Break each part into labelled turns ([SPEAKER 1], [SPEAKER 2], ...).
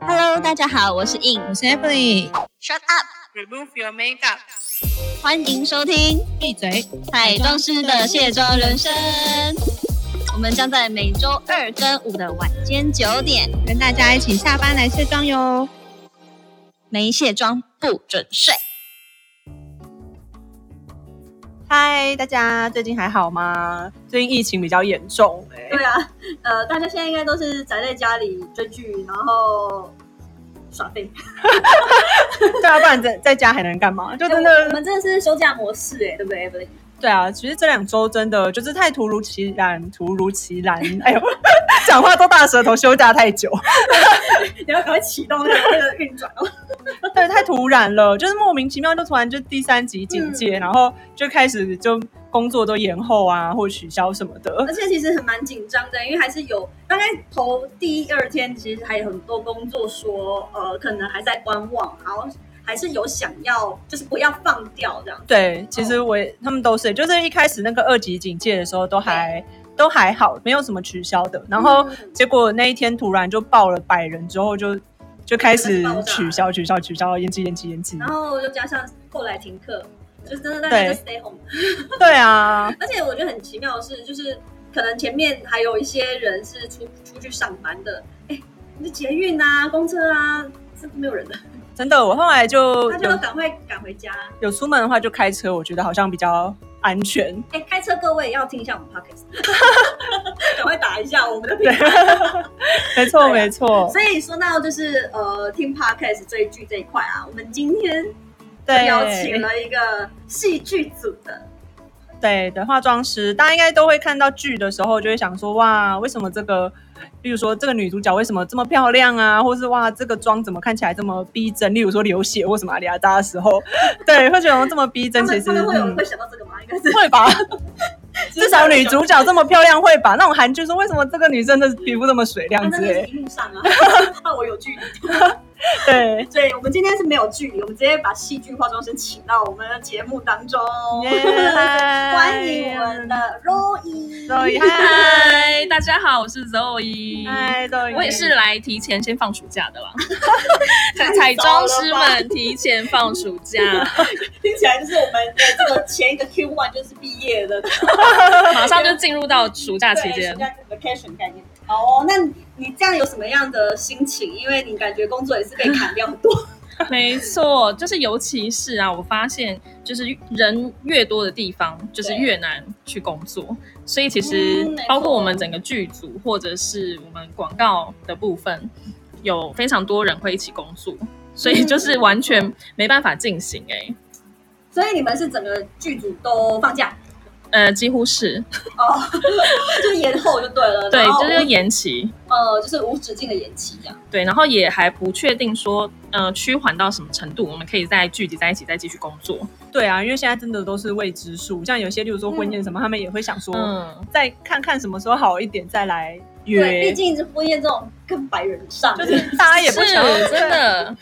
[SPEAKER 1] Hello，大家好，我是 In。
[SPEAKER 2] 我是 Emily，
[SPEAKER 1] Shut up！
[SPEAKER 3] Remove your makeup.
[SPEAKER 1] 欢迎收听
[SPEAKER 2] 闭嘴。
[SPEAKER 1] 彩妆师的卸妆人生。我们将在每周二跟五的晚间九点，
[SPEAKER 2] 跟大家一起下班来卸妆哟。
[SPEAKER 1] 没卸妆不准睡。
[SPEAKER 3] 嗨，大家最近还好吗？最近疫情比较严重哎、
[SPEAKER 4] 对啊，呃，大家现在应该都是宅在家里追剧，然后耍废。
[SPEAKER 3] 对啊，不然在在家还能干嘛？就真
[SPEAKER 4] 哎我我
[SPEAKER 3] 的
[SPEAKER 4] 们真的是休假模式哎、对不对？对不对？
[SPEAKER 3] 对啊，其实这两周真的就是太突如其然，突如其然，哎呦， 讲话都大舌头，休假太久，
[SPEAKER 4] 你要赶快启动那个那个运转哦。
[SPEAKER 3] 对，太突然了，就是莫名其妙就突然就第三级警戒，
[SPEAKER 2] 嗯
[SPEAKER 3] 然后就开始就工作都延后啊，或取消什么的
[SPEAKER 4] 而。且其实很蛮紧张的，因为还是有大概头第一二天，其实还有很多工作说，呃，可能还在观望，然后还是有想要就是不要放掉这样。
[SPEAKER 3] 对，其实我也、他们都是，就是一开始那个二级警戒的时候都还都还好，没有什么取消的。然后
[SPEAKER 4] 嗯
[SPEAKER 3] 结果那一天突然就爆了百人之后就，就开始
[SPEAKER 4] 爆炸啊
[SPEAKER 3] 取消、取消、取消，延期、延期、延期
[SPEAKER 4] 然。后又加上后来停课，就真的大家就 stay home。
[SPEAKER 3] 对啊，
[SPEAKER 4] 而且我觉得很奇妙的是，就是可能前面还有一些人是出出去上班的，哎，你的捷运啊、公车啊，是没有人的，
[SPEAKER 3] 真的，我后来就
[SPEAKER 4] 大家
[SPEAKER 3] 哦有
[SPEAKER 4] 都赶快赶回家。
[SPEAKER 3] 有出门的话就开车，我觉得好像比较安 全。
[SPEAKER 4] 哎，开车各位要听一下我们 podcast，赶快打一下我们的频
[SPEAKER 3] 对
[SPEAKER 4] 道。，
[SPEAKER 3] 没错、
[SPEAKER 4] 对啊
[SPEAKER 3] 没错，
[SPEAKER 4] 所以说到就是呃听 podcast 追剧这一块啊，我们今天
[SPEAKER 3] 对，
[SPEAKER 4] 邀请了一个戏剧组的，
[SPEAKER 3] 对的化妆师，大家应该都会看到剧的时候，就会想说哇，为什么这个，比如说这个女主角为什么这么漂亮啊， 或是哇这个妆怎么看起来这么逼真？例如说流血或什么阿里阿扎的时候，对，会觉得这么逼
[SPEAKER 4] 他
[SPEAKER 3] 真，其
[SPEAKER 4] 们
[SPEAKER 3] 实
[SPEAKER 4] 他们会有
[SPEAKER 3] 嗯
[SPEAKER 4] 会想到这个吗？应该是
[SPEAKER 3] 会吧。 至少女主角这么漂亮会吧？那种韩剧说为什么这个女生的皮肤这么水
[SPEAKER 4] 啊
[SPEAKER 3] 亮
[SPEAKER 4] 那
[SPEAKER 3] 之
[SPEAKER 4] 个是
[SPEAKER 3] 类，
[SPEAKER 4] 荧幕上啊， 怕我有距离。
[SPEAKER 3] 对，
[SPEAKER 4] 所以我们今天是没有距离，我们直接把戏剧化妆师请到我们的节目当中。 欢
[SPEAKER 3] 欢
[SPEAKER 4] 迎我们的 Roy，
[SPEAKER 3] 周 怡，
[SPEAKER 5] 嗨，大家好，我是 Zoe。
[SPEAKER 3] 嗨，周怡，
[SPEAKER 5] 我也是来提前先放暑 假的啦，彩妆师们提前放暑假，
[SPEAKER 4] 听起来就是我们的这个前一个 Q one 就是毕业的
[SPEAKER 5] 马上就进入到暑假期
[SPEAKER 4] 对
[SPEAKER 5] 间
[SPEAKER 4] 暑。假 vacation 概念。哦，那你这样有什么样的心情？因为你感觉工作也是被砍掉很多，
[SPEAKER 5] 没错，就是尤其是啊，我发现就是人越多的地方，就是越难去工作。所以其实
[SPEAKER 4] 嗯没错
[SPEAKER 5] 包括我们整个剧组，或者是我们广告的部分，有非常多人会一起工作，所
[SPEAKER 4] 嗯
[SPEAKER 5] 以就是完全没办法进行哎、欸
[SPEAKER 4] 所以你们是整个剧组都放假，
[SPEAKER 5] 呃，几乎是
[SPEAKER 4] 就延后就对了。
[SPEAKER 5] 对
[SPEAKER 4] 然，后
[SPEAKER 5] 就是要延期，
[SPEAKER 4] 呃，就是无止境的延期这样。
[SPEAKER 5] 对，然后也还不确定说，呃，趋缓到什么程度，我们可以再聚集在一起，再继续工作。
[SPEAKER 3] 对啊，因为现在真的都是未知数，像有些，例如说婚宴什么，他们也会想说，
[SPEAKER 5] 嗯，
[SPEAKER 3] 再看看什么时候好一点再来
[SPEAKER 4] 对，
[SPEAKER 3] 约
[SPEAKER 4] 毕。竟是婚宴这种跟百人以上的，
[SPEAKER 3] 就是大家也不
[SPEAKER 5] 是
[SPEAKER 3] 想要，
[SPEAKER 5] 真的，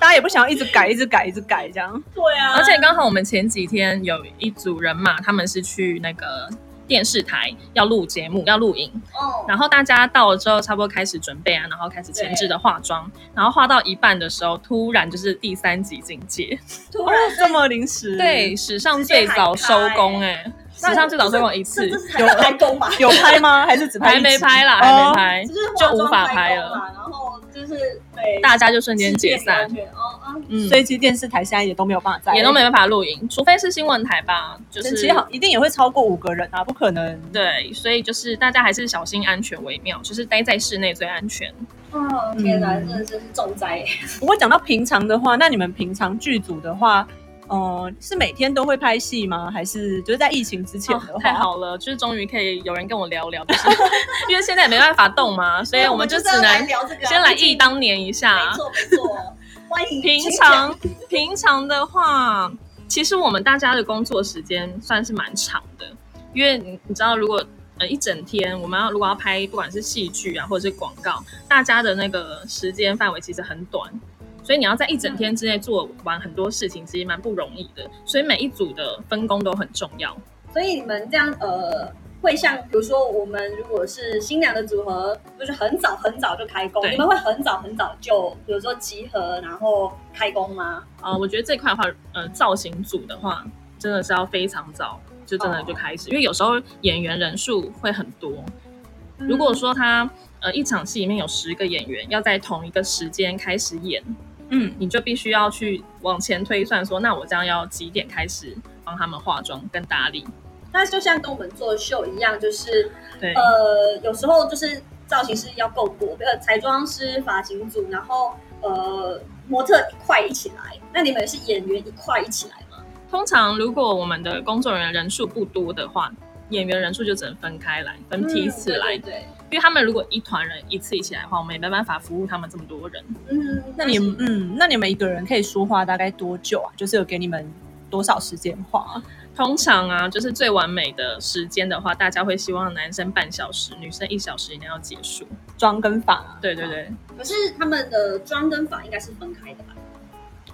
[SPEAKER 3] 大家也不想要一直改，一直改，一直改这样。
[SPEAKER 4] 对啊
[SPEAKER 5] 而且刚好我们前几天有一组人嘛，他们是去那个电视台要录节目，要录影，
[SPEAKER 4] 哦，
[SPEAKER 5] 然后大家到了之后，差不多开始准备啊，然后开始前置的化妆，然后化到一半的时候，突然就是第三级警戒，
[SPEAKER 4] 突
[SPEAKER 3] 哦
[SPEAKER 4] 然，
[SPEAKER 3] 这么临时，
[SPEAKER 5] 对，，史上最早收工、哎，史上最早收工一次
[SPEAKER 4] 这这。是才开工 吧？
[SPEAKER 3] 有拍吗？还是只拍一
[SPEAKER 5] 还
[SPEAKER 3] 集？
[SPEAKER 5] 没拍啦，还没
[SPEAKER 3] 哦。
[SPEAKER 5] 拍，
[SPEAKER 4] 就是化妆
[SPEAKER 5] 就无法拍
[SPEAKER 4] 工
[SPEAKER 5] 了，
[SPEAKER 4] 嘛，然后就是对，
[SPEAKER 5] 大家就瞬间解散
[SPEAKER 4] 直。接完全。哦啊，
[SPEAKER 5] 嗯
[SPEAKER 3] 所，以其实电视台现在也都没有办法再，
[SPEAKER 5] 也都没。办法录影，除非是新闻台吧，就是
[SPEAKER 3] 其实好一定也会超过五个人啊，不可能。
[SPEAKER 5] 对，所以就是大家还是小心安全为妙，就是待在室内最安全。
[SPEAKER 4] 哦天哪，
[SPEAKER 3] 嗯
[SPEAKER 4] 真的真是重灾。
[SPEAKER 3] 不过讲到平常的话，那你们平常剧组的话，呃，是每天都会拍戏吗？还是就是在疫情之前的
[SPEAKER 5] 哦
[SPEAKER 3] 话？
[SPEAKER 5] 太好了，就是终于可以有人跟我聊聊，就是 因为现在也没办法动嘛，所以我们就只
[SPEAKER 4] 是要来
[SPEAKER 5] 能
[SPEAKER 4] 聊这个啊，
[SPEAKER 5] 先来
[SPEAKER 4] 毕竟
[SPEAKER 5] 忆当年一下
[SPEAKER 4] 没。错没错，欢迎
[SPEAKER 5] 平常平常的话，其实我们大家的工作时间算是蛮长的，因为你你知道，如果呃一整天我们要如果要拍不管是戏剧啊或者是广告，大家的那个时间范围其实很短，所以你要在一整天之内做完很多事情，其实蛮不容易的。所以每一组的分工都很重要。
[SPEAKER 4] 所以你们这样呃，会像比如说我们如果是新娘的组合，就是很早很早就开工，
[SPEAKER 5] 对
[SPEAKER 4] 你们会很早很早就比如说集合然后开工吗？
[SPEAKER 5] 啊、我觉得这块的话，呃，造型组的话，真的是要非常早，就真
[SPEAKER 4] 哦
[SPEAKER 5] 的就开始，因为有时候演员人数会很多。
[SPEAKER 4] 嗯
[SPEAKER 5] 如果说他呃一场戏里面有十个演员，要在同一个时间开始演，
[SPEAKER 3] 嗯，
[SPEAKER 5] 你就必须要去往前推算说，那我这样要几点开始帮他们化妆跟打理？
[SPEAKER 4] 那就像跟我们做秀一样，就是
[SPEAKER 5] 对，
[SPEAKER 4] 呃，有时候就是造型师要够多，呃，彩妆师、发型组，然后呃，模特一块一起来。那你们是演员一块一起来吗？
[SPEAKER 5] 通常如果我们的工作人员人数不多的话，演员人数就只能分开来，分批次来，
[SPEAKER 4] 嗯对
[SPEAKER 5] 因为他们如果一团人一次一起来的话，我们也没办法服务他们这么多人。
[SPEAKER 4] 对对，嗯，
[SPEAKER 3] 那你嗯，那你们一个人可以说话大概多久啊？就是有给你们多少时间话？
[SPEAKER 5] 通常啊，就是最完美的时间的话，大家会希望男生半小时，女生一小时一定要结束。
[SPEAKER 3] 妆跟啊发，
[SPEAKER 5] 对对对，
[SPEAKER 4] 可是他们的妆跟发应该是分开的吧？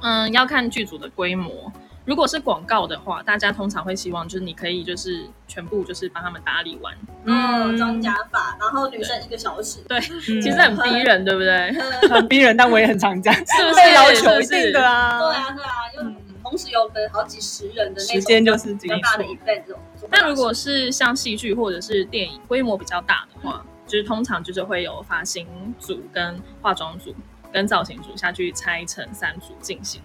[SPEAKER 5] 嗯，要看剧组的规模。如果是广告的话，大家通常会希望就是你可以就是全部就是帮他们打理完，
[SPEAKER 4] 嗯，妆加发，然后女生一个小时。
[SPEAKER 5] 对，
[SPEAKER 3] 其
[SPEAKER 5] 其实很逼人，对不 对？
[SPEAKER 4] 嗯
[SPEAKER 3] 很逼人，但我也很 常讲，
[SPEAKER 5] 是不是？
[SPEAKER 3] 被要
[SPEAKER 5] 是
[SPEAKER 3] 求
[SPEAKER 5] 不
[SPEAKER 3] 一定
[SPEAKER 5] 是
[SPEAKER 3] 的啊。
[SPEAKER 4] 对啊，对啊，又同时有可能好几十人的那
[SPEAKER 3] 时
[SPEAKER 4] 种
[SPEAKER 3] 间就是
[SPEAKER 4] 比
[SPEAKER 3] 紧
[SPEAKER 4] 较大的
[SPEAKER 3] 迫
[SPEAKER 4] event 这种。
[SPEAKER 5] 但如果是像戏剧或者是电影规模比较大的话，就是通常就是会有发型组、跟化妆组、跟造型组下去拆成三组进行，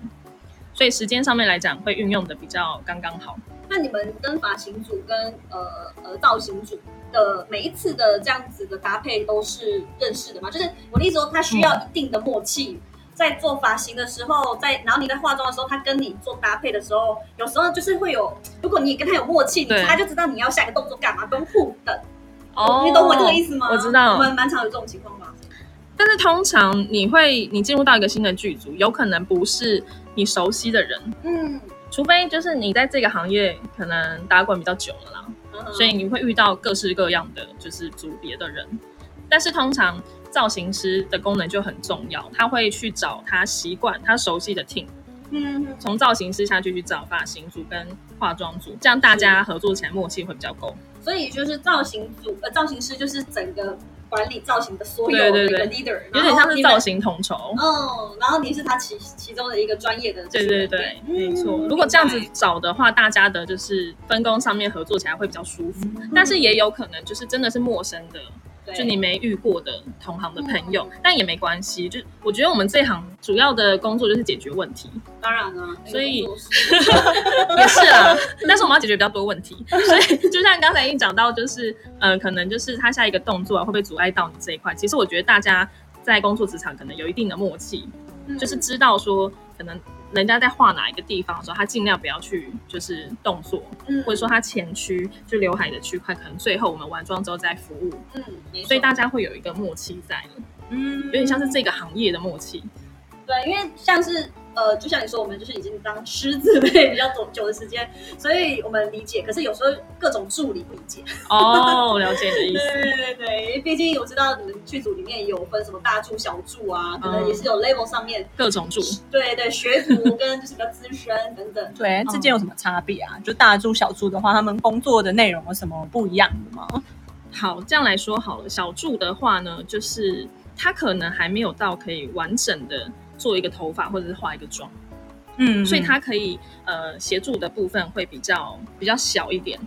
[SPEAKER 5] 所以时间上面来讲会运用的比较刚刚好。
[SPEAKER 4] 那你们跟发型组跟呃呃造型组的呃每一次的这样子的搭配都是认识的吗？就是我的意思说，他需要一定的默契，在做发型的时候，在然后你在化妆的时候，他跟你做搭配的时候，有时候就是会有，如果你跟他有默契，你
[SPEAKER 5] 对
[SPEAKER 4] 他就知道你要下一个动作干嘛，不用互等。哦你懂我这个意思吗？
[SPEAKER 5] 我知道
[SPEAKER 4] 我们蛮常有这种情况吧。
[SPEAKER 5] 但是通常你会，你进入到一个新的剧组，有可能不是你熟悉的人，
[SPEAKER 4] 嗯，
[SPEAKER 5] 除非就是你在这个行业可能打滚比较久了啦，
[SPEAKER 4] 嗯
[SPEAKER 5] 所以你会遇到各式各样的就是组别的人。但是通常造型师的功能就很重要，他会去找他习惯、他熟悉的 team，
[SPEAKER 4] 嗯嗯
[SPEAKER 5] 从造型师下去去找发型组跟化妆组，这样大家合作起来默契会比较够。
[SPEAKER 4] 所以就是造型组呃造型师就是整个管理造型的所有
[SPEAKER 5] 对对
[SPEAKER 4] 的一个
[SPEAKER 5] 对
[SPEAKER 4] leader，
[SPEAKER 5] 有
[SPEAKER 4] 然
[SPEAKER 5] 点
[SPEAKER 4] 后
[SPEAKER 5] 像是
[SPEAKER 4] 你们
[SPEAKER 5] 造型统筹。
[SPEAKER 4] 哦，然后你是他其其中的一个专业的，
[SPEAKER 5] 对对对，没错。如果这样子找的话，大家的就是分工上面合作起来会比较舒服，但是也有可能就是真的是陌生的，就你没遇过的同行的朋友，但也没关系。就我觉得我们这行主要的工作就是解决问题，
[SPEAKER 4] 当然了，
[SPEAKER 5] 所以也是啦。但是我们要解决比较多问题，所以就像刚才已经讲到，就是呃，可能就是他下一个动作啊会不会阻碍到你这一块？其实我觉得大家在工作职场可能有一定的默契，就是知道说可能。人家在画哪一个地方的时候，他尽量不要去就是动作，或者说他前区就刘海的区块，可能最后我们完妆之后再服务，
[SPEAKER 4] 嗯，
[SPEAKER 5] 所以大家会有一个默契在，
[SPEAKER 3] 嗯，
[SPEAKER 5] 有点像是这个行业的默契。
[SPEAKER 4] 对，因为像是呃，就像你说，我们就是已经当狮子辈比较久久的时间，所以我们理解。可是有时候各种助理不理解，
[SPEAKER 5] 哦，了解你的意
[SPEAKER 4] 对
[SPEAKER 5] 思。
[SPEAKER 4] 对对对，毕竟我知道你们剧组里面有分什么大助、小助啊，可能
[SPEAKER 5] 嗯
[SPEAKER 4] 也是有 level 上面，
[SPEAKER 5] 各种助，
[SPEAKER 4] 对对，学徒跟就是比较资深等等。
[SPEAKER 3] 对之间有什么差别啊？就大柱小柱的话，他们工作的内容有什么不一样的吗？
[SPEAKER 5] 好，这样来说好了。小助的话呢，就是他可能还没有到可以完整的做一个头发或者是化一个妆，
[SPEAKER 3] 嗯，
[SPEAKER 5] 所以他可以呃协助的部分会比较比较小一点，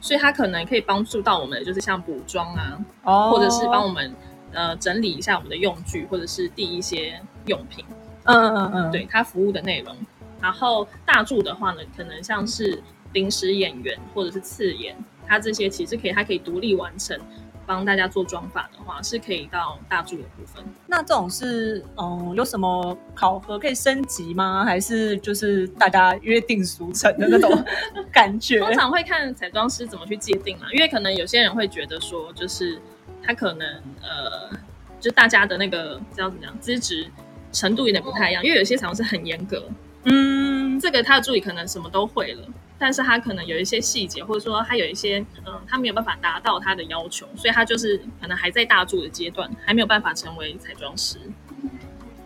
[SPEAKER 5] 所以他可能可以帮助到我们，就是像补妆啊，
[SPEAKER 3] 哦，
[SPEAKER 5] 或者是帮我们呃整理一下我们的用具，或者是递一些用品。
[SPEAKER 3] 嗯嗯嗯，
[SPEAKER 5] 对他服务的内容。然后大助的话呢，可能像是临时演员或者是次演，他这些其实可以，他可以独立完成。帮大家做妆发的话，是可以到大助的部分。
[SPEAKER 3] 那这种是嗯，有什么考核可以升级吗？还是就是大家约定俗成的那种 感觉？
[SPEAKER 5] 通常会看彩妆师怎么去界定啦，因为可能有些人会觉得说，就是他可能呃，就大家的那个叫怎么讲资质程度有点不太一样，因为有些彩妆师很严格，
[SPEAKER 3] 嗯，
[SPEAKER 5] 这个他的助理可能什么都会了，但是他可能有一些细节，或者说他有一些，嗯，他没有办法达到他的要求，所以他就是可能还在大助的阶段，还没有办法成为彩妆师。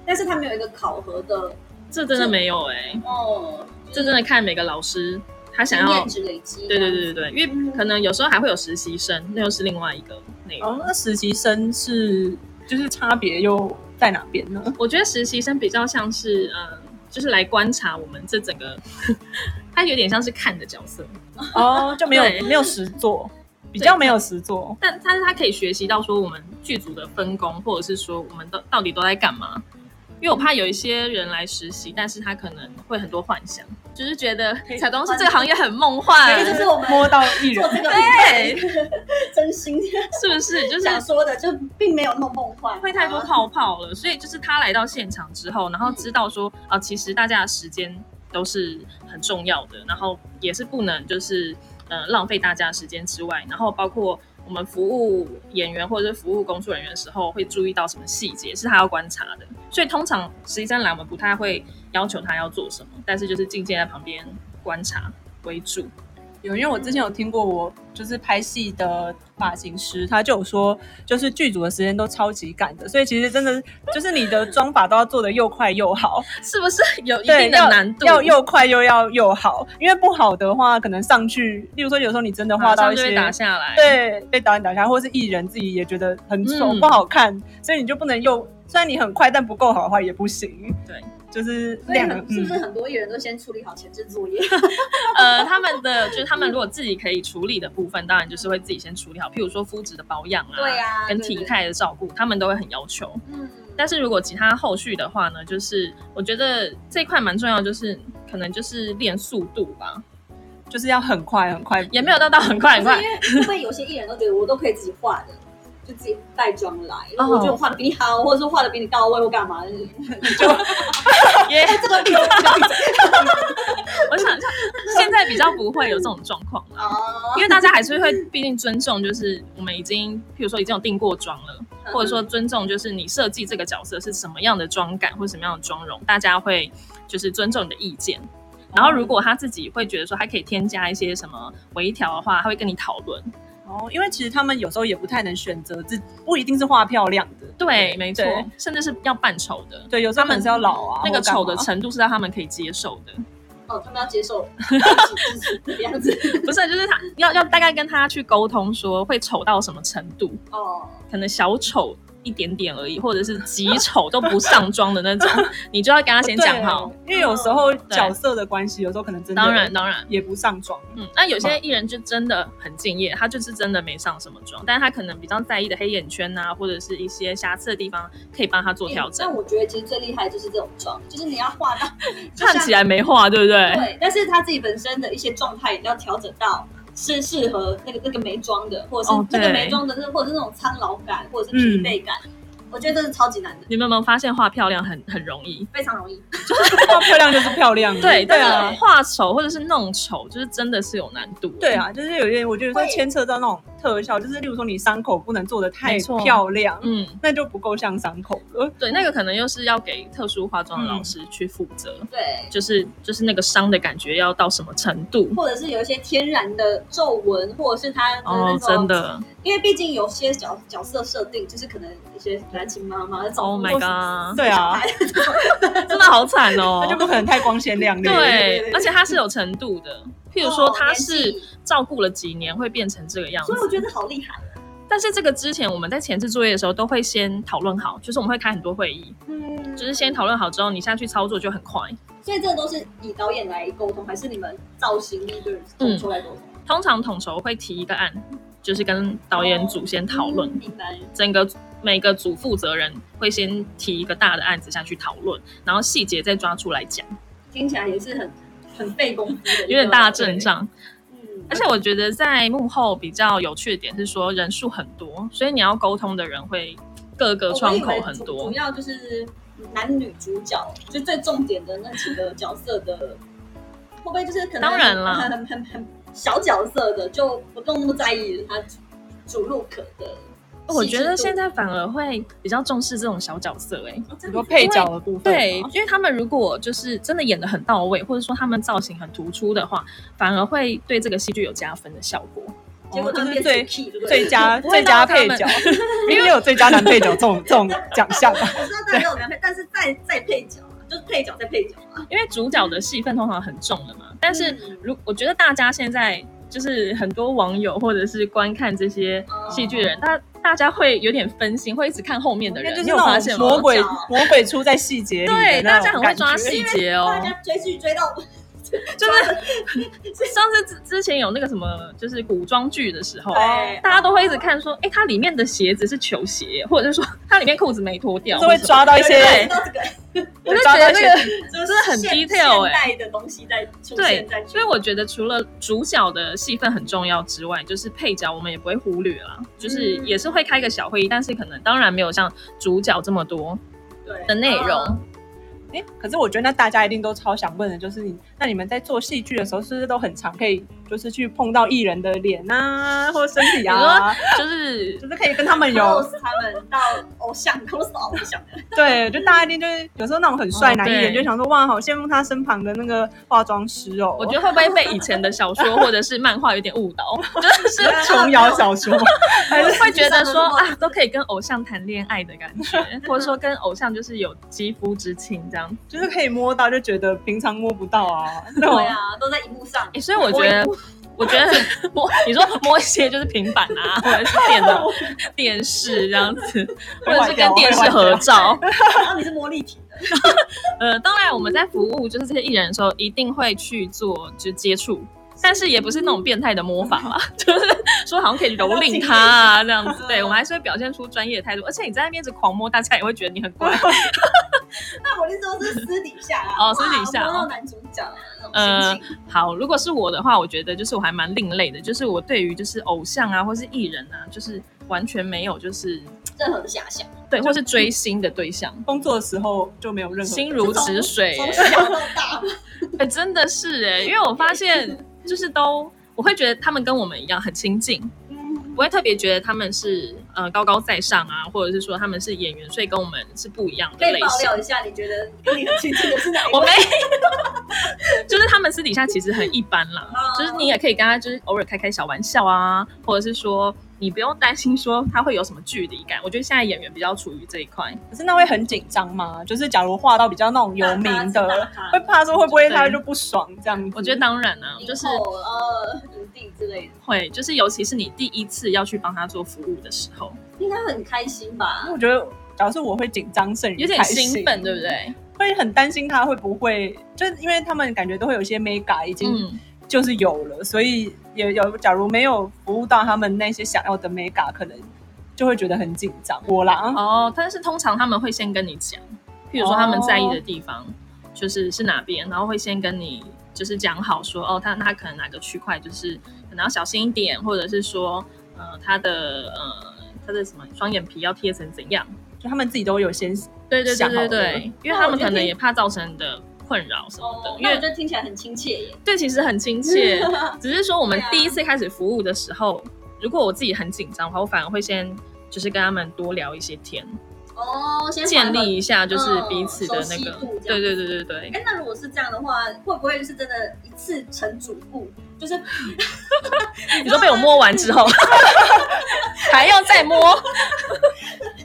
[SPEAKER 4] 但是他们有一个考核的
[SPEAKER 5] 这真的没有哎、
[SPEAKER 4] 哦，
[SPEAKER 5] 这真的看每个老师他想
[SPEAKER 4] 经
[SPEAKER 5] 要
[SPEAKER 4] 验，值累积。
[SPEAKER 5] 对对对对对，因为可能有时候还会有实习生，那又是另外一个内容。
[SPEAKER 3] 哦，那实习生是就是差别又在哪边呢？
[SPEAKER 5] 我觉得实习生比较像是，呃，就是来观察我们这整个， 他有点像是看的角色，
[SPEAKER 3] 哦， 就没有
[SPEAKER 5] 对
[SPEAKER 3] 没有实做，比较没有实做。
[SPEAKER 5] 但但是他可以学习到说我们剧组的分工，或者是说我们到到底都在干嘛。因为我怕有一些人来实习，但是他可能会很多幻想，就是觉得
[SPEAKER 3] 以
[SPEAKER 5] 彩妆师这个行业很梦幻，
[SPEAKER 4] 这就是我们
[SPEAKER 3] 摸到艺
[SPEAKER 4] 做
[SPEAKER 3] 人，
[SPEAKER 4] 这个
[SPEAKER 5] 对
[SPEAKER 4] 品牌真心
[SPEAKER 5] 是不是？就是
[SPEAKER 4] 想说的，就并没有那么梦幻，
[SPEAKER 5] 会太多泡泡了，所以就是他来到现场之后，然后知道说啊、其实大家的时间都是很重要的，然后也是不能就是呃浪费大家的时间之外，然后包括我们服务演员或者是服务工作人员的时候，会注意到什么细节是他要观察的。所以通常实习生来，我们不太会要求他要做什么，但是就是静静在旁边观察为主。
[SPEAKER 3] 有，因为我之前有听过，我就是拍戏的发型师，他就有说，就是剧组的时间都超级赶的，所以其实真的就是你的妆法都要做的又快又好，
[SPEAKER 5] 是不是有一
[SPEAKER 3] 对，
[SPEAKER 5] 定的
[SPEAKER 3] 要
[SPEAKER 5] 难度？
[SPEAKER 3] 要又快又要又好，因为不好的话，可能上去，例如说有时候你真的画
[SPEAKER 5] 马
[SPEAKER 3] 到
[SPEAKER 5] 上
[SPEAKER 3] 一
[SPEAKER 5] 就
[SPEAKER 3] 些
[SPEAKER 5] 会打下来。
[SPEAKER 3] 对，被导演打下，或是艺人自己也觉得很丑、
[SPEAKER 5] 嗯
[SPEAKER 3] 不好看，所以你就不能又，虽然你很快，但不够好的话也不行。
[SPEAKER 5] 对，
[SPEAKER 3] 就是
[SPEAKER 4] 所以
[SPEAKER 3] 两个
[SPEAKER 5] 啊
[SPEAKER 4] 很，是不是
[SPEAKER 3] 嗯
[SPEAKER 4] 很多艺人都先处理好前置作业？
[SPEAKER 5] 呃，他们的就是他们如果自己可以处理的部分，当然就是会自己先处理好，譬如说肤质的保养啊，
[SPEAKER 4] 对啊
[SPEAKER 5] 跟
[SPEAKER 4] 对对
[SPEAKER 5] 体态的照顾，他们都会很要求。
[SPEAKER 4] 嗯，
[SPEAKER 5] 但是如果其他后续的话呢，就是我觉得这一块蛮重要，就是可能就是练速度吧，
[SPEAKER 3] 就是要很快很快，
[SPEAKER 5] 也没有到到很快 很
[SPEAKER 4] 可是因。
[SPEAKER 5] 快
[SPEAKER 4] 为会不会有些艺人都觉得我都可以自己画的，就自己带妆来，然后我觉得我画的比你好，或者说画的比你到位，或干嘛的？
[SPEAKER 5] 耶
[SPEAKER 4] 这个比较
[SPEAKER 5] 我想一下，现在比较不会有这种状况了。
[SPEAKER 4] 哦
[SPEAKER 5] 因，为大家还是会，毕竟尊重，就是我们已经，譬如说已经有定过妆了，或者说尊重，就是你设计这个角色是什么样的妆感或什么样的妆容，大家会就是尊重你的意见。然后如果他自己会觉得说还可以添加一些什么微调的话，他会跟你讨论。
[SPEAKER 3] 哦，因为其实他们有时候也不太能选择自己，不一定是画漂亮的，
[SPEAKER 5] 对，没错
[SPEAKER 3] 对，
[SPEAKER 5] 甚至是要扮丑的，
[SPEAKER 3] 对，有时候可能是要老啊，
[SPEAKER 5] 那个
[SPEAKER 3] 或干
[SPEAKER 5] 丑的
[SPEAKER 3] 嘛
[SPEAKER 5] 程度是让他们可以接受的。
[SPEAKER 4] 哦，他们 要接受自己这样子
[SPEAKER 5] 不是，就是他要要大概跟他去沟通说会丑到什么程度，
[SPEAKER 4] 哦，
[SPEAKER 5] 可能小丑一点点而已，或者是极丑都不上妆的那种，你就要跟他先讲好。
[SPEAKER 3] 对，因为有时候角色的关系，有时候可能真的
[SPEAKER 5] 当然，当然，
[SPEAKER 3] 也不上妆，
[SPEAKER 5] 嗯，那有些艺人就真的很敬业，他就是真的没上什么妆，但是他可能比较在意的黑眼圈啊，或者是一些瑕疵的地方，可以帮他 做调
[SPEAKER 4] 但
[SPEAKER 5] 整。
[SPEAKER 4] 我觉得其实最厉害就是这种妆，就是你要画 到就
[SPEAKER 5] 看
[SPEAKER 4] 像
[SPEAKER 5] 起来没画，对不对？
[SPEAKER 4] 对，但是他自己本身的一些状态也要调整到是适合那个那个没妆的，或者是
[SPEAKER 5] 哦
[SPEAKER 4] 那个
[SPEAKER 5] 对嗯
[SPEAKER 4] 没妆的，或者是那种苍老感，或者是疲惫感。我觉得这是超级难的，
[SPEAKER 5] 你们有没有发现画漂亮很 很容易？
[SPEAKER 4] 非常容易。
[SPEAKER 3] 画漂亮就是漂亮，
[SPEAKER 5] 对，
[SPEAKER 3] 对
[SPEAKER 5] 但
[SPEAKER 3] 啊
[SPEAKER 5] 是。画丑或者是弄丑，就是真的是有难度。
[SPEAKER 3] 对，啊，就是有点，我觉得
[SPEAKER 4] 会
[SPEAKER 3] 会牵扯到那种特效，就是例如说你伤口不能做的太
[SPEAKER 5] 没错
[SPEAKER 3] 漂亮，
[SPEAKER 5] 嗯，
[SPEAKER 3] 那就不够像伤口了。
[SPEAKER 5] 对，那个可能又是要给特殊化妆的老师去负责，
[SPEAKER 4] 对，
[SPEAKER 5] 就是就是那个伤的感觉要到什么程度？
[SPEAKER 4] 或者是有一些天然的皱纹，或者是他的那
[SPEAKER 5] 哦，
[SPEAKER 4] 种，
[SPEAKER 5] 真，的
[SPEAKER 4] 因为毕竟有些角角色设定就是可能一些男亲妈妈找
[SPEAKER 5] ，Oh my
[SPEAKER 4] 工作
[SPEAKER 5] god，
[SPEAKER 3] 对啊，
[SPEAKER 5] 真的好 惨
[SPEAKER 3] 那就
[SPEAKER 5] 哦。
[SPEAKER 3] 不可能太光鲜亮丽。
[SPEAKER 5] 对，而且它是有程度的，譬如说
[SPEAKER 4] 哦
[SPEAKER 5] 它
[SPEAKER 4] 年
[SPEAKER 5] 是
[SPEAKER 4] 纪
[SPEAKER 5] 照顾了几年会变成这个样子
[SPEAKER 4] 所以。我觉得好厉害。
[SPEAKER 5] 但是这个之前我们在前置作业的时候都会先讨论好，就是我们会开很多会议，
[SPEAKER 4] 嗯，
[SPEAKER 5] 就是先讨论好之后你下去操作就很快。
[SPEAKER 4] 所以这都是以导演来沟通，还是你们造型一个人
[SPEAKER 5] 嗯
[SPEAKER 4] 出来沟通？
[SPEAKER 5] 通常统筹会提一个案，就是跟导演组先讨论，
[SPEAKER 4] 一般
[SPEAKER 5] 整个每个组负责人会先提一个大的案子下去讨论，然后细节再抓出来讲，
[SPEAKER 4] 听起来也是很很费功夫的，
[SPEAKER 5] 有点大阵。仗。
[SPEAKER 4] 嗯，
[SPEAKER 5] 而且我觉得在幕后比较有趣的点是说人数很多，所以你要沟通的人会各个窗
[SPEAKER 4] 哦
[SPEAKER 5] 口很
[SPEAKER 4] 我以为主
[SPEAKER 5] 多
[SPEAKER 4] 主。要就是男女主角，就最重点的那几个角色的，会不会就是可能
[SPEAKER 5] 当然啦
[SPEAKER 4] 很很很很小角色的就不用那么在意他主主 look 的细致度。
[SPEAKER 5] 我觉得现在反而会比较重视这种小角色、欸，哎，
[SPEAKER 4] 哦真的
[SPEAKER 3] 很多配角的部分，
[SPEAKER 5] 对，，因为他们如果就是真的演的很到位，或者说他们造型很突出的话，反而会对这个戏剧有加分的效果。
[SPEAKER 4] 结果
[SPEAKER 3] 哦就
[SPEAKER 4] 他们
[SPEAKER 3] 是
[SPEAKER 4] 变
[SPEAKER 3] 最
[SPEAKER 4] key 对不对
[SPEAKER 3] 最佳
[SPEAKER 5] 不会
[SPEAKER 3] 最
[SPEAKER 5] 到
[SPEAKER 3] 佳
[SPEAKER 5] 他们
[SPEAKER 3] 配 角，因为有最佳男配角这种这种奖项嘛。啊
[SPEAKER 4] 我知道大家有男配，但是再再配角，就就是配角再配角啊。
[SPEAKER 5] 因为主角的戏份通常很重的嘛。但是
[SPEAKER 4] 嗯
[SPEAKER 5] 如我觉得大家现在就是很多网友或者是观看这些
[SPEAKER 3] 哦
[SPEAKER 5] 戏剧的人，大大家会有点分心，会一直看后面的
[SPEAKER 3] 那
[SPEAKER 5] 人，
[SPEAKER 3] 就是
[SPEAKER 5] 你有发
[SPEAKER 3] 那
[SPEAKER 5] 现
[SPEAKER 3] 种
[SPEAKER 5] 吗？
[SPEAKER 3] 魔鬼
[SPEAKER 4] 我讲
[SPEAKER 3] 魔鬼出在细节里的
[SPEAKER 5] 对，
[SPEAKER 3] 那种
[SPEAKER 5] 大家很会
[SPEAKER 3] 感觉
[SPEAKER 5] 抓细节哦。
[SPEAKER 4] 大家追剧追到
[SPEAKER 5] 就是 上次之之前有那个什么，就是古装剧的时候，
[SPEAKER 4] 对
[SPEAKER 5] 大家都会一直看说，哎、它里面的鞋子是球鞋，或者是说它里面裤子没脱掉，
[SPEAKER 3] 就会抓到一
[SPEAKER 4] 对
[SPEAKER 3] 些，
[SPEAKER 4] 到这个
[SPEAKER 5] 我就
[SPEAKER 3] 抓
[SPEAKER 5] 觉
[SPEAKER 3] 到
[SPEAKER 5] 得
[SPEAKER 3] 一
[SPEAKER 5] 这
[SPEAKER 3] 些
[SPEAKER 5] 个，
[SPEAKER 4] 就
[SPEAKER 5] 真的很
[SPEAKER 4] 现现
[SPEAKER 5] detail 欸
[SPEAKER 4] 代的东西在出
[SPEAKER 5] 对
[SPEAKER 4] 现在剧，
[SPEAKER 5] 所以我觉得除了主角的戏份很重要之外，就是配角我们也不会忽略啦，就是也是会开个小会议，但是可能当然没有像主角这么多
[SPEAKER 4] 对
[SPEAKER 5] 的内容。
[SPEAKER 4] 嗯
[SPEAKER 3] 哎、可是我觉得那大家一定都超想问的，就是你那你们在做戏剧的时候，是不是都很常可以就是去碰到艺人的脸啊，或身体啊，
[SPEAKER 5] 就是
[SPEAKER 3] 就是可以跟他们有
[SPEAKER 4] close 他们到偶像 close 到偶像 的，
[SPEAKER 3] 对，就大家一定就是有时候那种很帅
[SPEAKER 5] 哦
[SPEAKER 3] 男艺人，
[SPEAKER 5] 对
[SPEAKER 3] 就想说哇，好羡慕他身旁的那个化妆师哦，
[SPEAKER 5] 我觉得会不会被以前的小说或者是漫画有点误导？就是
[SPEAKER 3] 得琼瑶小 说还 是
[SPEAKER 5] 会觉得说啊，都可以跟偶像谈恋爱的感觉，或者说跟偶像就是有肌肤之亲这样。
[SPEAKER 3] 就是可以摸到，就觉得平常摸不到啊，那种
[SPEAKER 4] 对啊，都在荧幕上
[SPEAKER 5] 诶。所以我觉得，我觉得摸你说摸鞋就是平板啊，或者是电脑、电视这样子，或者是跟电视合照。
[SPEAKER 4] 然后你是魔力体的，
[SPEAKER 5] 呃，当然我们在服务就是这些艺人的时候，一定会去做就接触。但是也不是那种变态的摸法 啦，就是说好像可以蹂躏他啊这样 子，对我们还是会表现出专业的态度，而且你在那边一直狂摸，大家也会觉得你很 乖。
[SPEAKER 4] 那我那时候是私底下啊，
[SPEAKER 5] 哦私底下呃
[SPEAKER 4] 哇摸
[SPEAKER 5] 哦
[SPEAKER 4] 到男主角的那种心情，
[SPEAKER 5] 好，如果是我的话，我觉得就是我还蛮另类的，就是我对于就是偶像啊，或是艺人啊，就是完全没有就是
[SPEAKER 4] 任何的遐想，
[SPEAKER 5] 对，或是嗯追星的对象，
[SPEAKER 3] 工作的时候就没有任何
[SPEAKER 5] 心如止水、
[SPEAKER 4] 从
[SPEAKER 5] 欸，
[SPEAKER 4] 小到 大，
[SPEAKER 5] 哎、真的是哎、因为我发现就是都，我会觉得他们跟我们一样很亲近，
[SPEAKER 4] 嗯
[SPEAKER 5] 不会特别觉得他们是呃高高在上啊，或者是说他们是演员，所以跟我们是不一样
[SPEAKER 4] 可
[SPEAKER 5] 的
[SPEAKER 4] 以
[SPEAKER 5] 类
[SPEAKER 4] 爆
[SPEAKER 5] 型。
[SPEAKER 4] 料一下，你觉得跟你很亲近的是哪一
[SPEAKER 5] 我没
[SPEAKER 4] 位？，
[SPEAKER 5] 就是他们私底下其实很一般啦，就是你也可以跟他就是偶尔开开小玩笑啊，或者是说你不用担心说他会有什么距离感。我觉得现在演员比较处于这一块，
[SPEAKER 3] 可是那会很紧张吗？就是假如画到比较那种有名的
[SPEAKER 4] 大咖，
[SPEAKER 3] 会怕说会不会他
[SPEAKER 5] 对
[SPEAKER 3] 就不爽这样子？
[SPEAKER 5] 我觉得当然啊，就是
[SPEAKER 4] 影后呃影帝之类的，
[SPEAKER 5] 会，就是尤其是你第一次要去帮他做服务的时候，
[SPEAKER 4] 应该很开心吧？
[SPEAKER 3] 我觉得，假如是我会紧张胜于
[SPEAKER 5] 有点
[SPEAKER 3] 开
[SPEAKER 5] 兴奋，对不？对？
[SPEAKER 3] 会很担心他会不会，就是因为他们感觉都会有一些 mega 已经
[SPEAKER 5] 嗯，
[SPEAKER 3] 就是有了，所以也有假如没有服务到他们那些想要的 mega，可能就会觉得很紧张。我啦，
[SPEAKER 5] 哦，但是通常他们会先跟你讲，譬如说他们在
[SPEAKER 4] 哦
[SPEAKER 5] 意的地方、就是是哪边，然后会先跟你就是讲好说，哦，他他可能哪个区块就是可能要小心一点，或者是说，呃，他的呃他的什么双眼皮要贴成怎样？
[SPEAKER 3] 就他们自己都有先
[SPEAKER 5] 对对对
[SPEAKER 3] 想好
[SPEAKER 5] 对
[SPEAKER 3] 了
[SPEAKER 5] 对，因为
[SPEAKER 4] 那我
[SPEAKER 5] 他们
[SPEAKER 4] 觉
[SPEAKER 5] 可
[SPEAKER 4] 得
[SPEAKER 5] 能
[SPEAKER 4] 你
[SPEAKER 5] 也怕造成你的困扰什么的，
[SPEAKER 4] 哦，
[SPEAKER 5] 因
[SPEAKER 4] 那我
[SPEAKER 5] 为
[SPEAKER 4] 觉得听起来很亲切耶。。
[SPEAKER 5] 对，其实很亲切 只是说我们
[SPEAKER 4] 对啊
[SPEAKER 5] 第一次开始服务的时候，如果我自己很紧张的话，我反而会先就是跟他们多聊一些天，
[SPEAKER 4] 哦，先缓
[SPEAKER 5] 建
[SPEAKER 4] 和
[SPEAKER 5] 立一下就是彼此的那
[SPEAKER 4] 熟悉
[SPEAKER 5] 个
[SPEAKER 4] 度，这
[SPEAKER 5] 对
[SPEAKER 4] 样
[SPEAKER 5] 对对对对。
[SPEAKER 4] 哎，那如果是这样的话，会不会是真的一次成主顾？就是
[SPEAKER 5] 你说被我摸完之后， 还要再摸，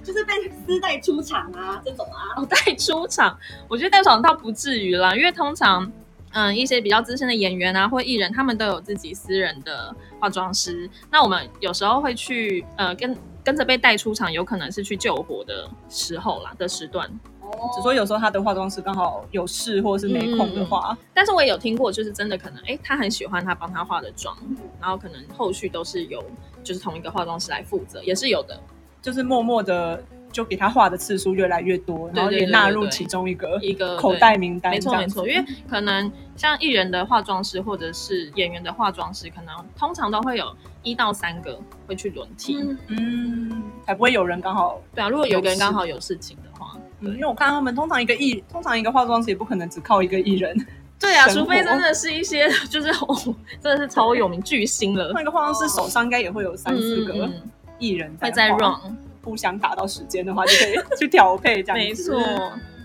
[SPEAKER 4] 就是被私带出场啊，这种啊，
[SPEAKER 5] 哦，带出场，我觉得带出场倒不至于啦，因为通常。嗯，一些比较资深的演员啊，或艺人，他们都有自己私人的化妆师。那我们有时候会去，呃，跟跟着被带出场，有可能是去救火的时候啦的时段。
[SPEAKER 4] 哦，
[SPEAKER 3] 只说有时候他的化妆师刚好有事或是没空的话，
[SPEAKER 5] 但是我也有听过，就是真的可能，哎，他很喜欢他帮他化的妆，然后可能后续都是由就是同一个化妆师来负责，也是有的，
[SPEAKER 3] 就是默默的就给他画的次数越来越多，然后
[SPEAKER 5] 对对
[SPEAKER 3] 也
[SPEAKER 5] 对
[SPEAKER 3] 纳
[SPEAKER 5] 对
[SPEAKER 3] 入
[SPEAKER 5] 对
[SPEAKER 3] 其中一个
[SPEAKER 5] 一个
[SPEAKER 3] 口
[SPEAKER 5] 对
[SPEAKER 3] 袋名单
[SPEAKER 5] 没
[SPEAKER 3] 这
[SPEAKER 5] 错没
[SPEAKER 3] 样子。
[SPEAKER 5] 错，因为可能像艺人的化妆师或者是演员的化妆师，可能通常都会有一到三个会去轮替。
[SPEAKER 4] 嗯，
[SPEAKER 3] 嗯，才不会有人刚好
[SPEAKER 5] 对啊，如果有个人
[SPEAKER 3] 有事
[SPEAKER 5] 刚好有事情的话，
[SPEAKER 3] 嗯，因为我看他们通常一个艺，通常一个化妆师也不可能只靠一个艺人，
[SPEAKER 5] 对啊，
[SPEAKER 3] 神
[SPEAKER 5] 除非
[SPEAKER 3] 活
[SPEAKER 5] 真的是一些 就是哦，真的是超有名巨星了，
[SPEAKER 3] 那一个化妆师手上应该也会有三四
[SPEAKER 5] 嗯
[SPEAKER 3] 个
[SPEAKER 5] 嗯嗯
[SPEAKER 3] 艺人
[SPEAKER 5] 会
[SPEAKER 3] 在
[SPEAKER 5] 在
[SPEAKER 3] 画
[SPEAKER 5] run，
[SPEAKER 3] 互相打到时间的话，就可以 去调配这样子。
[SPEAKER 5] 没错，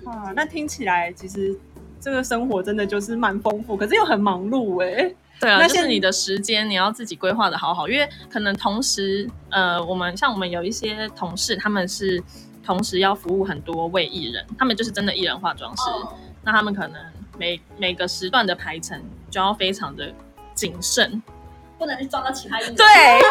[SPEAKER 3] 啊，那听起来其实这个生活真的就是蛮丰富，可是又很忙碌哎、
[SPEAKER 5] 对啊，
[SPEAKER 3] 那
[SPEAKER 5] 就是
[SPEAKER 3] 现
[SPEAKER 5] 你的时间你要自己规划的好好，因为可能同时，呃，我们像我们有一些同事，他们是同时要服务很多位艺人，他们就是真的艺人化妆师，
[SPEAKER 4] 哦，
[SPEAKER 5] 那他们可能每每个时段的排程就要非常的谨慎。
[SPEAKER 4] 不能去撞到其他人。
[SPEAKER 5] 对，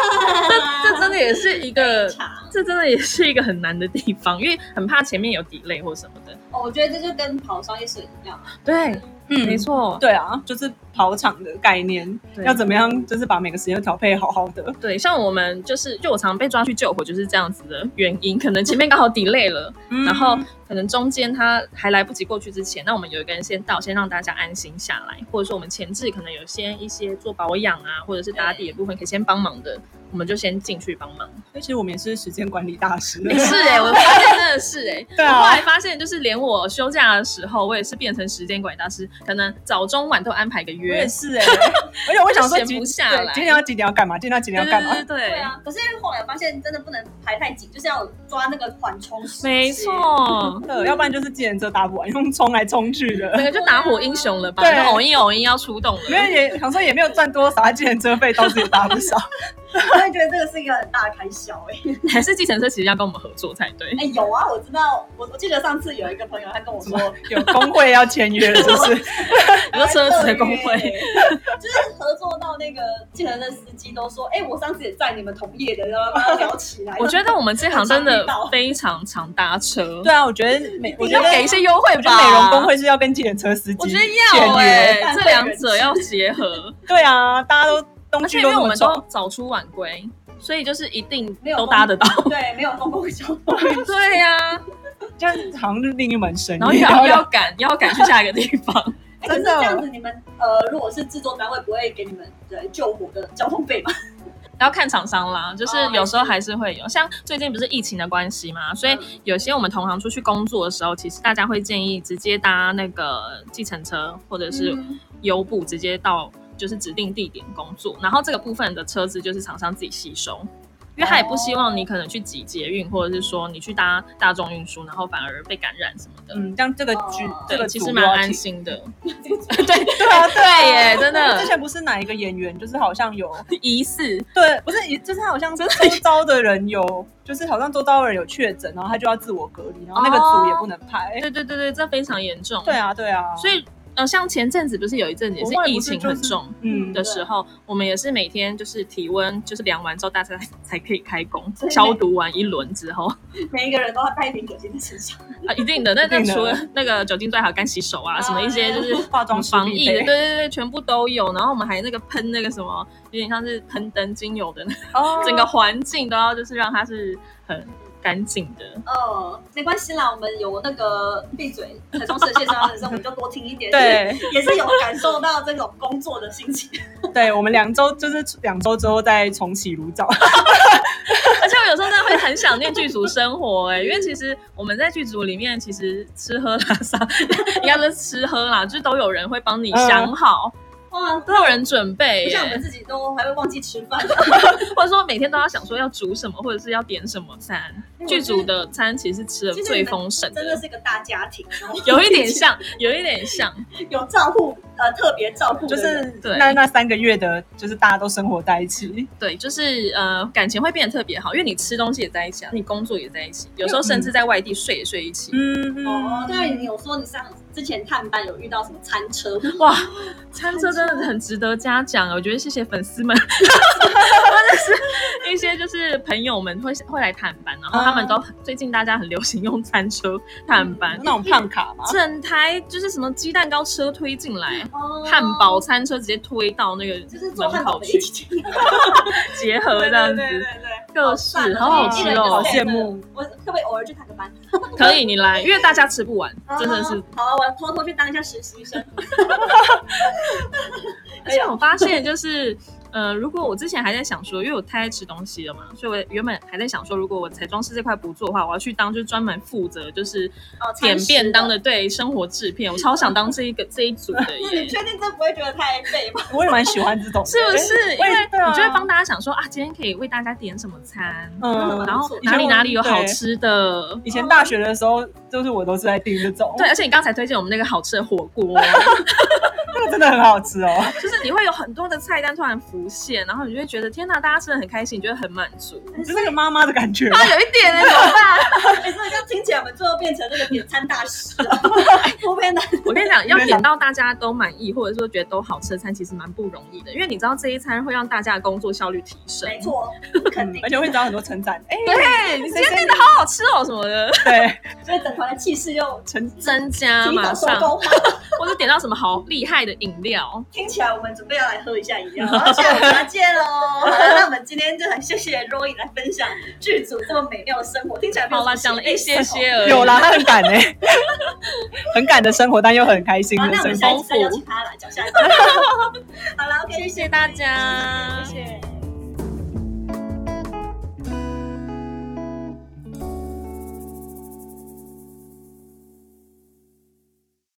[SPEAKER 5] 这这真的也是一个
[SPEAKER 4] 非常，
[SPEAKER 5] 这真的也是一个很难的地方，因为很怕前面有 delay 或什么的。
[SPEAKER 4] 哦，我觉得这就跟跑商业摄影一样，
[SPEAKER 5] 对，
[SPEAKER 2] 嗯
[SPEAKER 5] 没错，
[SPEAKER 3] 对啊，就是跑场的概念，
[SPEAKER 5] 对
[SPEAKER 3] 要怎么样，就是把每个时间都调配好好的。
[SPEAKER 5] 对，像我们就是，就我常被抓去救火，就是这样子的原因。可能前面刚好 delay 了，
[SPEAKER 3] 嗯
[SPEAKER 5] 然后可能中间他还来不及过去之前，那我们有一个人先到，先让大家安心下来，或者说我们前置可能有些一些做保养啊，或者是打底的部分可以先帮忙的，我们就先进去帮忙。
[SPEAKER 3] 所以其实我们也是时间管理大师。
[SPEAKER 5] 欸 是哎、我发现真的是哎、
[SPEAKER 3] 对
[SPEAKER 5] 我后
[SPEAKER 3] 啊
[SPEAKER 5] 来，发现就是连我休假的时候，我也是变成时间管理大师，可能早中晚都安排个
[SPEAKER 3] 我
[SPEAKER 5] 约
[SPEAKER 3] 也。是哎、而且我想说
[SPEAKER 5] 闲
[SPEAKER 3] 几
[SPEAKER 5] 不下来
[SPEAKER 3] 对今天要几点要干嘛，今天要几点
[SPEAKER 5] 对
[SPEAKER 3] 要
[SPEAKER 5] 对
[SPEAKER 3] 干嘛
[SPEAKER 5] 对，对
[SPEAKER 4] 对啊。可是后来发现真的不能排太紧，就是要抓那个缓冲时间
[SPEAKER 5] 没，错。
[SPEAKER 3] 真呃的要不然就是计程车搭不完，用冲来冲去的。
[SPEAKER 5] 整个就打火英雄了吧？
[SPEAKER 3] 对啊
[SPEAKER 5] 就偶一偶一要出动
[SPEAKER 3] 因为
[SPEAKER 5] 了。
[SPEAKER 3] 也想说也没有赚多少，他计程车费倒是也搭不 少。
[SPEAKER 4] 我也觉得这个是一个很大的开销哎、
[SPEAKER 5] 还是计程车其实要跟我们合作才对
[SPEAKER 4] 哎、。有啊，我知道，我我记得上次有一个朋友他跟我说，
[SPEAKER 3] 有工会要签约了，是不是？
[SPEAKER 4] 哎
[SPEAKER 5] 你说车子的工会，
[SPEAKER 4] 就是合作到那个计程车司机都说，哎、我上次也载你们同业的，然后把他聊起来。
[SPEAKER 5] 我觉得我们这行
[SPEAKER 4] 很常
[SPEAKER 5] 真的
[SPEAKER 4] 遇到
[SPEAKER 5] 非常常搭车。
[SPEAKER 3] 对，啊，我觉得美，我
[SPEAKER 5] 我
[SPEAKER 3] 觉
[SPEAKER 5] 觉
[SPEAKER 3] 得
[SPEAKER 5] 得给一些优惠
[SPEAKER 3] 我觉
[SPEAKER 5] 吧。
[SPEAKER 3] 得美容工，会是要跟计程车司机，
[SPEAKER 5] 我觉得要哎、
[SPEAKER 4] 签约
[SPEAKER 5] 这两者要结合。
[SPEAKER 3] 对啊，大家都东
[SPEAKER 5] 而
[SPEAKER 3] 西
[SPEAKER 5] 且因
[SPEAKER 3] 都
[SPEAKER 5] 为
[SPEAKER 3] 那
[SPEAKER 5] 我
[SPEAKER 3] 么
[SPEAKER 5] 们都
[SPEAKER 3] 重，
[SPEAKER 5] 早出晚归，所以就是一定
[SPEAKER 4] 没有
[SPEAKER 5] 都搭得到。
[SPEAKER 4] 对，没有公共交 通，哎
[SPEAKER 5] 对呀、
[SPEAKER 3] 这样好像是另一门生意。
[SPEAKER 5] 然后又要要赶，又要赶去下一个地方。
[SPEAKER 4] 哎可是
[SPEAKER 3] 真的
[SPEAKER 4] 这样子，你们呃，如果是制作单位，不会给你们的救火的交通费吗？
[SPEAKER 5] 要看厂商啦，就是
[SPEAKER 4] 哦
[SPEAKER 5] 有时候还是会有，像最近不是疫情的关系嘛，所以
[SPEAKER 3] 嗯
[SPEAKER 5] 有些我们同行出去工作的时候，其实大家会建议直接搭那个计程车或者是
[SPEAKER 4] 嗯
[SPEAKER 5] 优步直接到就是指定地点工作，然后这个部分的车子就是厂商自己吸收，因为他也不希望你可能去挤捷运，或者是说你去搭大众运输，然后反而被感染什么的。
[SPEAKER 3] 嗯，这样这个剧
[SPEAKER 4] 哦，
[SPEAKER 3] 这
[SPEAKER 5] 对，
[SPEAKER 3] 个
[SPEAKER 5] 其
[SPEAKER 3] 组
[SPEAKER 5] 实
[SPEAKER 3] 又
[SPEAKER 5] 蛮
[SPEAKER 3] 要
[SPEAKER 5] 安
[SPEAKER 3] 请
[SPEAKER 5] 心的。
[SPEAKER 3] 对啊，对啊
[SPEAKER 5] 对耶，真
[SPEAKER 3] 之
[SPEAKER 5] 的
[SPEAKER 3] 前不是哪一个演员，就是好像有
[SPEAKER 5] 疑似
[SPEAKER 3] 对，不是，就是他好像周遭的人有，就是好像周遭的人有确诊，然后他就要自我隔离，然后那个组也不能拍。
[SPEAKER 5] 对对对对，这非常严重。
[SPEAKER 3] 对，啊，对啊，
[SPEAKER 5] 哦所以呃，像前阵子不是有一阵子也是
[SPEAKER 3] 国外
[SPEAKER 5] 疫
[SPEAKER 3] 不是
[SPEAKER 5] 情
[SPEAKER 3] 就
[SPEAKER 5] 很
[SPEAKER 3] 是
[SPEAKER 5] 重
[SPEAKER 3] 嗯，
[SPEAKER 5] 的时候，我们也是每天就是体温就是量完之后，大家 才才可以开工
[SPEAKER 4] 所以，每
[SPEAKER 5] 消毒完一轮之后
[SPEAKER 4] 每一个人都要带一瓶酒精在身上。
[SPEAKER 5] 啊，一定的。那
[SPEAKER 3] 一定
[SPEAKER 5] 那
[SPEAKER 3] 的
[SPEAKER 5] 除了那个酒精最好干洗手啊，什么一些 就是
[SPEAKER 3] 化妆师
[SPEAKER 5] 防
[SPEAKER 3] 必
[SPEAKER 5] 疫的，对
[SPEAKER 3] 备
[SPEAKER 5] 对对，全部都有。然后我们还那个喷那个什么，有点像是喷灯精油的那个，
[SPEAKER 3] 哦
[SPEAKER 5] 整个环境都要就是让它是很干净的。
[SPEAKER 4] 哦，没关系啦，我们有那个闭嘴才中式的线上人生，我们就多听 一点。，
[SPEAKER 3] 对
[SPEAKER 4] 也是有感受到这种工作的心情。
[SPEAKER 3] 对，我们两周就是两周之后再重启炉灶，
[SPEAKER 5] 而且我有时候真的会很想念剧组生活哎、因为其实我们在剧组里面，其实吃喝拉撒， 应该说吃喝啦，就是都有人会帮你想好，
[SPEAKER 4] 哇，
[SPEAKER 5] 都有人准备、
[SPEAKER 4] 不像我
[SPEAKER 5] 欸
[SPEAKER 4] 们，自己都还会忘记吃 饭。
[SPEAKER 5] 或者说每天都要想说要煮什么，或者是要点什么餐。
[SPEAKER 4] 嗯
[SPEAKER 5] 剧组的餐其实吃的最丰盛
[SPEAKER 4] 真的是个大家庭哦，
[SPEAKER 5] 有一点像，有一点像，
[SPEAKER 4] 有照顾，呃，特别照顾
[SPEAKER 3] 就
[SPEAKER 4] 的人，
[SPEAKER 3] 是
[SPEAKER 5] 对
[SPEAKER 3] 那那三个月的，就是大家都生活在一起，
[SPEAKER 5] 对，就是呃，感情会变得特别好，因为你吃东西也在一起啊，你工作也在一起，有时候甚至
[SPEAKER 4] 嗯
[SPEAKER 5] 在外地睡也睡一起。
[SPEAKER 3] 嗯嗯
[SPEAKER 4] 哦，对，你有说你上之前探班有遇到什么餐车，
[SPEAKER 5] 哇，餐车真的很值得嘉奖，我觉得谢谢粉 丝们，或者是一些就是朋友们会会来探班，然后他
[SPEAKER 4] 嗯
[SPEAKER 5] 们都最近大家很流行用餐车探班，
[SPEAKER 3] 那种胖卡嘛，
[SPEAKER 5] 整台就是什么鸡蛋糕车推进来。
[SPEAKER 4] 哦
[SPEAKER 5] 汉堡餐车直接推到那个
[SPEAKER 4] 就是做汉
[SPEAKER 5] 门
[SPEAKER 4] 堡
[SPEAKER 5] 口
[SPEAKER 4] 的
[SPEAKER 5] 去
[SPEAKER 4] 一，起，
[SPEAKER 5] 结合这样子，
[SPEAKER 4] 对对对，
[SPEAKER 5] 各式
[SPEAKER 4] 赞
[SPEAKER 5] 好好吃
[SPEAKER 4] 一人一个
[SPEAKER 5] 哦
[SPEAKER 3] 好，
[SPEAKER 4] set
[SPEAKER 3] 羡慕。
[SPEAKER 4] 我可不可以偶尔去探个班？
[SPEAKER 5] 可以你来，因为大家吃不完，真的是
[SPEAKER 4] 哦好啊，我偷偷去当一下实习生。
[SPEAKER 5] 而且我发现就是，呃，如果我之前还在想说，因为我太爱吃东西了嘛，所以我原本还在想说，如果我彩妆师这块不做的话，我要去当就是专门负责就是
[SPEAKER 4] 哦
[SPEAKER 5] 点
[SPEAKER 4] 餐食
[SPEAKER 5] 便当的对生活制片，我超想当这一个这一组的
[SPEAKER 4] 你
[SPEAKER 5] 耶。
[SPEAKER 4] 确定这不会觉得太废 吗？
[SPEAKER 3] 我也蛮喜欢这种的，
[SPEAKER 5] 是不是？因
[SPEAKER 3] 我也
[SPEAKER 5] 为
[SPEAKER 3] 对啊
[SPEAKER 5] 你就会帮大家想说啊，今天可以为大家点什么餐，
[SPEAKER 3] 嗯
[SPEAKER 5] 然后
[SPEAKER 3] 以前
[SPEAKER 5] 哪里
[SPEAKER 3] 我
[SPEAKER 5] 哪里有好
[SPEAKER 3] 对
[SPEAKER 5] 吃的，
[SPEAKER 3] 以前大学的时候，就是我都是在订这种，
[SPEAKER 5] 对，而且你刚才推荐我们那个好吃的火锅，
[SPEAKER 3] 那个真的很好吃哦。
[SPEAKER 5] 就是你会有很多的菜单突然浮现，然后你就会觉得天哪，大家吃的很开心，你就会很满足。
[SPEAKER 3] 就是那个妈妈的感觉吧，
[SPEAKER 5] 啊，有一点呢，怎么办？
[SPEAKER 4] 哎，所以这样听起来，我们最后变成那个点餐大师 了。我变得
[SPEAKER 5] 我跟你讲，要点到大家都满意，或者说觉得都好吃的餐，其实蛮不容易的，因为你知道这一餐会让大家的工作效率提升。
[SPEAKER 4] 没错，肯定
[SPEAKER 3] 而。且会找很多称赞。哎，
[SPEAKER 5] 对，你今天变得好好吃哦，什么的，
[SPEAKER 3] 对，
[SPEAKER 4] 所以整团的气势又
[SPEAKER 3] 称
[SPEAKER 5] 增加
[SPEAKER 4] 提早
[SPEAKER 5] 马
[SPEAKER 4] 收
[SPEAKER 5] 上，
[SPEAKER 4] 工。
[SPEAKER 5] 或者点到什么好厉害的饮料。
[SPEAKER 4] 听起来我们准备要来喝一下饮料， 然后下午茶 见喽。好那我们今天就很谢谢 Roy 来分享剧组这么美妙的生活，听起来没有
[SPEAKER 5] 好啦，
[SPEAKER 4] 什
[SPEAKER 5] 讲
[SPEAKER 4] 么
[SPEAKER 5] 了
[SPEAKER 4] 心累
[SPEAKER 5] 一些
[SPEAKER 4] 手
[SPEAKER 5] 些而已。
[SPEAKER 3] 有啦，他很赶哎、 很赶的生活，但又很开心
[SPEAKER 4] 好，
[SPEAKER 3] 的
[SPEAKER 4] 那我们
[SPEAKER 3] 生活。
[SPEAKER 4] 下一次再邀请他来讲下一集。好了，OK，
[SPEAKER 5] 谢谢大家，
[SPEAKER 4] 谢谢。